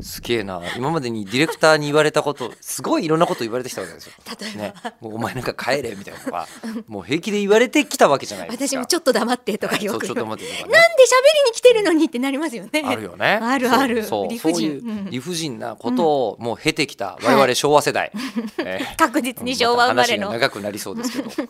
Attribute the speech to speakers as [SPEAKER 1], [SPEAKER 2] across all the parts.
[SPEAKER 1] すげえな今までにディレクターに言われたことすごいいろんなこと言われてきたわけですよ。
[SPEAKER 2] 例えば、
[SPEAKER 1] ね、もうお前なんか帰れみたいなのがもう平気で言われてきたわけじゃないですか。
[SPEAKER 2] 私もちょっと黙ってとかよ
[SPEAKER 1] そう
[SPEAKER 2] く
[SPEAKER 1] ちょっと待ってとかね
[SPEAKER 2] なんで喋りに来てるのにってなりますよね。
[SPEAKER 1] あるよね。
[SPEAKER 2] あるある
[SPEAKER 1] そう
[SPEAKER 2] 理
[SPEAKER 1] そ
[SPEAKER 2] 不
[SPEAKER 1] うそう
[SPEAKER 2] 尽
[SPEAKER 1] いう
[SPEAKER 2] うん
[SPEAKER 1] 理不尽なことをもう経てきた我々昭和世代。 えー
[SPEAKER 2] 確実に昭和生まれの、
[SPEAKER 1] 話が長くなりそうですけど。
[SPEAKER 2] 平成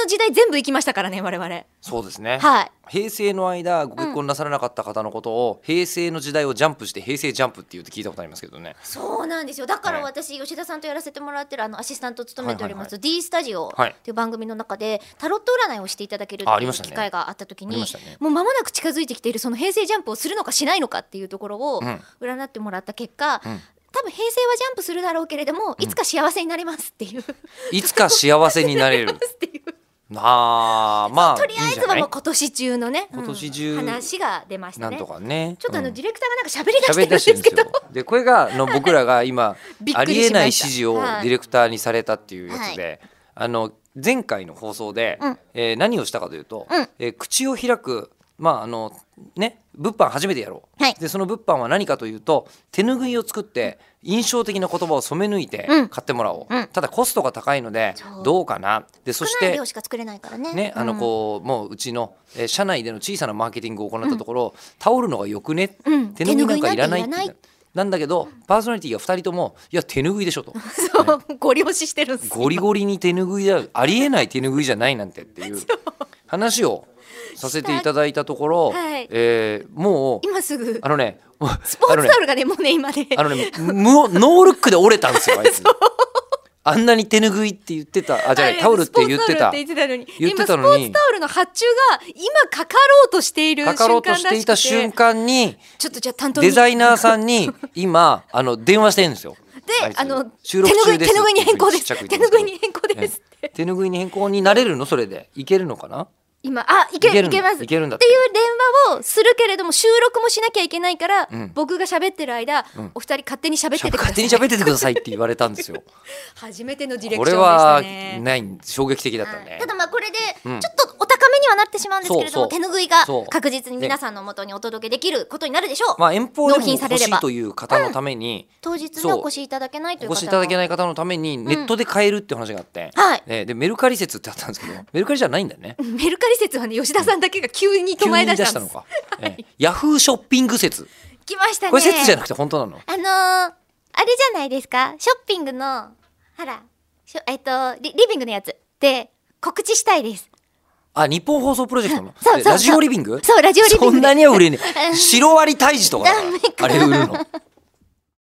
[SPEAKER 2] の時代全部行きましたからね我々。
[SPEAKER 1] そうですね。
[SPEAKER 2] はい。
[SPEAKER 1] 平成の間ご結婚なさらなかった方のことを、平成の時代をジャンプして平成ジャンプって言うって聞いたことありますけどね。
[SPEAKER 3] そうなんですよだから私、吉田さんとやらせてもらってるあのアシスタントを務めております、D スタジオ
[SPEAKER 1] はい
[SPEAKER 3] という番組の中でタロット占いをしていただける
[SPEAKER 1] ああ
[SPEAKER 3] って
[SPEAKER 1] り
[SPEAKER 3] い
[SPEAKER 1] ま
[SPEAKER 3] う
[SPEAKER 1] したね
[SPEAKER 3] 機会があった時
[SPEAKER 1] あり
[SPEAKER 3] に
[SPEAKER 1] ましたね
[SPEAKER 3] もう間もなく近づいてきているその平成ジャンプをするのかしないのかっていうところを
[SPEAKER 1] うん
[SPEAKER 3] 占ってもらった結果、
[SPEAKER 1] うん
[SPEAKER 3] 多分平成はジャンプするだろうけれども、いつか幸せになれますっていう
[SPEAKER 1] いつか幸せになれる。
[SPEAKER 3] っていう
[SPEAKER 1] ああまあ
[SPEAKER 3] とりあえずはもう今年中のね
[SPEAKER 1] 今年中
[SPEAKER 3] うん話が出まし
[SPEAKER 1] な
[SPEAKER 3] た
[SPEAKER 1] ん
[SPEAKER 3] ね
[SPEAKER 1] とかね。
[SPEAKER 3] ちょっとあの
[SPEAKER 1] うん
[SPEAKER 3] ディレクターがなんか喋
[SPEAKER 1] 喋
[SPEAKER 3] り
[SPEAKER 1] り
[SPEAKER 3] 出
[SPEAKER 1] 出
[SPEAKER 3] し
[SPEAKER 1] してて
[SPEAKER 3] る
[SPEAKER 1] る
[SPEAKER 3] ん
[SPEAKER 1] ん
[SPEAKER 3] で
[SPEAKER 1] ですすよ
[SPEAKER 3] けど。
[SPEAKER 1] でこれがあの僕らが今
[SPEAKER 2] びっ
[SPEAKER 1] あ
[SPEAKER 2] くりし
[SPEAKER 1] り
[SPEAKER 2] ました
[SPEAKER 1] えない指示をデ
[SPEAKER 3] はい
[SPEAKER 1] ィレクターにされたっていうやつで、あの前回の放送で、
[SPEAKER 3] うん
[SPEAKER 1] えー何をしたかというと、
[SPEAKER 3] うん
[SPEAKER 1] えー口を開くまああのね物販初めてやろう、
[SPEAKER 3] はい
[SPEAKER 1] でその物販は何かというと手拭いを作って印象的な言葉を染め抜いて
[SPEAKER 3] うん
[SPEAKER 1] 買ってもらおう、
[SPEAKER 3] うん
[SPEAKER 1] ただコストが高いので
[SPEAKER 3] そう
[SPEAKER 1] どうかなでそし
[SPEAKER 3] 少ない
[SPEAKER 1] て
[SPEAKER 3] 量しか作れないからね
[SPEAKER 1] ね、あの
[SPEAKER 3] うん
[SPEAKER 1] こうもううちの、えー社内での小さなマーケティングを行ったところ、タオルのがよくね、
[SPEAKER 3] うん
[SPEAKER 1] 手拭いなんかいらないっ
[SPEAKER 3] 手拭
[SPEAKER 1] て
[SPEAKER 3] いなんていらない
[SPEAKER 1] なんだけどパーソナリティが2人とも「いや手拭いでしょ」と
[SPEAKER 2] そうご利用ししてるんです
[SPEAKER 1] 「ゴリゴリに手拭いだよありえない手拭いじゃないなんて」っていう話をさせていただいたところ、
[SPEAKER 3] はい
[SPEAKER 1] えーもう
[SPEAKER 2] 今すぐ
[SPEAKER 1] あのね
[SPEAKER 2] スポーツタオルがねもうね今ね
[SPEAKER 1] あのね、無ノールックで折れたんですよ、あいつ。あんなに手拭いって言ってた、あ、じゃ
[SPEAKER 2] あ
[SPEAKER 1] な
[SPEAKER 2] れ
[SPEAKER 1] い、タオルって言って
[SPEAKER 2] スポーツタオ
[SPEAKER 1] た
[SPEAKER 2] ルっ。て言ってたのに
[SPEAKER 1] 言ってたのに
[SPEAKER 2] 今スポーツタオルの発注が今かかろうとしている
[SPEAKER 1] か
[SPEAKER 2] 瞬
[SPEAKER 1] か
[SPEAKER 2] 間
[SPEAKER 1] ろう
[SPEAKER 2] らしく
[SPEAKER 1] と
[SPEAKER 2] て
[SPEAKER 1] していた瞬間に、
[SPEAKER 2] ちょっとじゃあ担当に
[SPEAKER 1] デザイナーさ んに、今、あの、電話してるんですよ。
[SPEAKER 2] で
[SPEAKER 1] いつ
[SPEAKER 2] あの
[SPEAKER 1] 収録中です
[SPEAKER 2] 手拭い手拭いに変更です
[SPEAKER 1] ちっちゃ
[SPEAKER 2] 手
[SPEAKER 1] く言ってますけ
[SPEAKER 2] 拭
[SPEAKER 1] ど
[SPEAKER 2] いに変更ですって、
[SPEAKER 1] ね手拭いに変更になれるのそれで。いけるのかな
[SPEAKER 3] 今あいけ
[SPEAKER 1] いける
[SPEAKER 3] い
[SPEAKER 1] の
[SPEAKER 3] けます
[SPEAKER 1] いけるんだっ
[SPEAKER 3] ってていう電話をするけれども収録もしなきゃいけないから、
[SPEAKER 1] うん
[SPEAKER 3] 僕が喋ってる間、
[SPEAKER 1] ん
[SPEAKER 3] お二人勝手に喋っててください
[SPEAKER 1] 勝手に喋っててくださいって言われたんですよ。
[SPEAKER 2] 初めての ディレ
[SPEAKER 1] こ
[SPEAKER 2] クショ
[SPEAKER 1] れ
[SPEAKER 2] ンでした
[SPEAKER 1] は
[SPEAKER 2] ね
[SPEAKER 1] ない衝撃的だった
[SPEAKER 3] はい
[SPEAKER 1] ね
[SPEAKER 3] た。だまあこれでち
[SPEAKER 1] う
[SPEAKER 3] ょ
[SPEAKER 1] ん
[SPEAKER 3] っとお高めにはなってしまうんですけれども、
[SPEAKER 1] そうそう
[SPEAKER 3] 手拭いが
[SPEAKER 1] そう
[SPEAKER 3] 確実に皆さんの元にお届けできることになるでしょう、
[SPEAKER 1] まあ遠方でも
[SPEAKER 3] 納品され
[SPEAKER 1] 欲し
[SPEAKER 3] れば
[SPEAKER 1] いという方のために、
[SPEAKER 3] 当日にお越しいただけないという
[SPEAKER 1] お
[SPEAKER 3] 方
[SPEAKER 1] 越しいただけないい方のためにネットで買えるって話があって、
[SPEAKER 3] はい
[SPEAKER 1] えーでメルカリ説ってあったんですけどメルカリじゃないんだ よね
[SPEAKER 2] メルカリ説はね吉田さんだけが急に
[SPEAKER 1] 急
[SPEAKER 2] 唱え
[SPEAKER 1] に
[SPEAKER 2] 出
[SPEAKER 1] 出
[SPEAKER 2] し
[SPEAKER 1] したた
[SPEAKER 2] ん
[SPEAKER 1] の
[SPEAKER 2] です
[SPEAKER 1] か、えーヤフーショッピング説
[SPEAKER 3] 来ましたね
[SPEAKER 1] これ説じゃなくて本当なの
[SPEAKER 3] あのーあれじゃないですかショッピングのほらしょえっとリリビングのやつで告知したいです
[SPEAKER 1] あ日本放送プロジェクトの
[SPEAKER 3] そうそう
[SPEAKER 1] でラジオリビング
[SPEAKER 3] そうラジオリビング
[SPEAKER 1] そ んなには売れね
[SPEAKER 3] う
[SPEAKER 1] え
[SPEAKER 3] ん
[SPEAKER 1] シロアリ退治とかだ
[SPEAKER 3] ダメ
[SPEAKER 1] からあれ売るの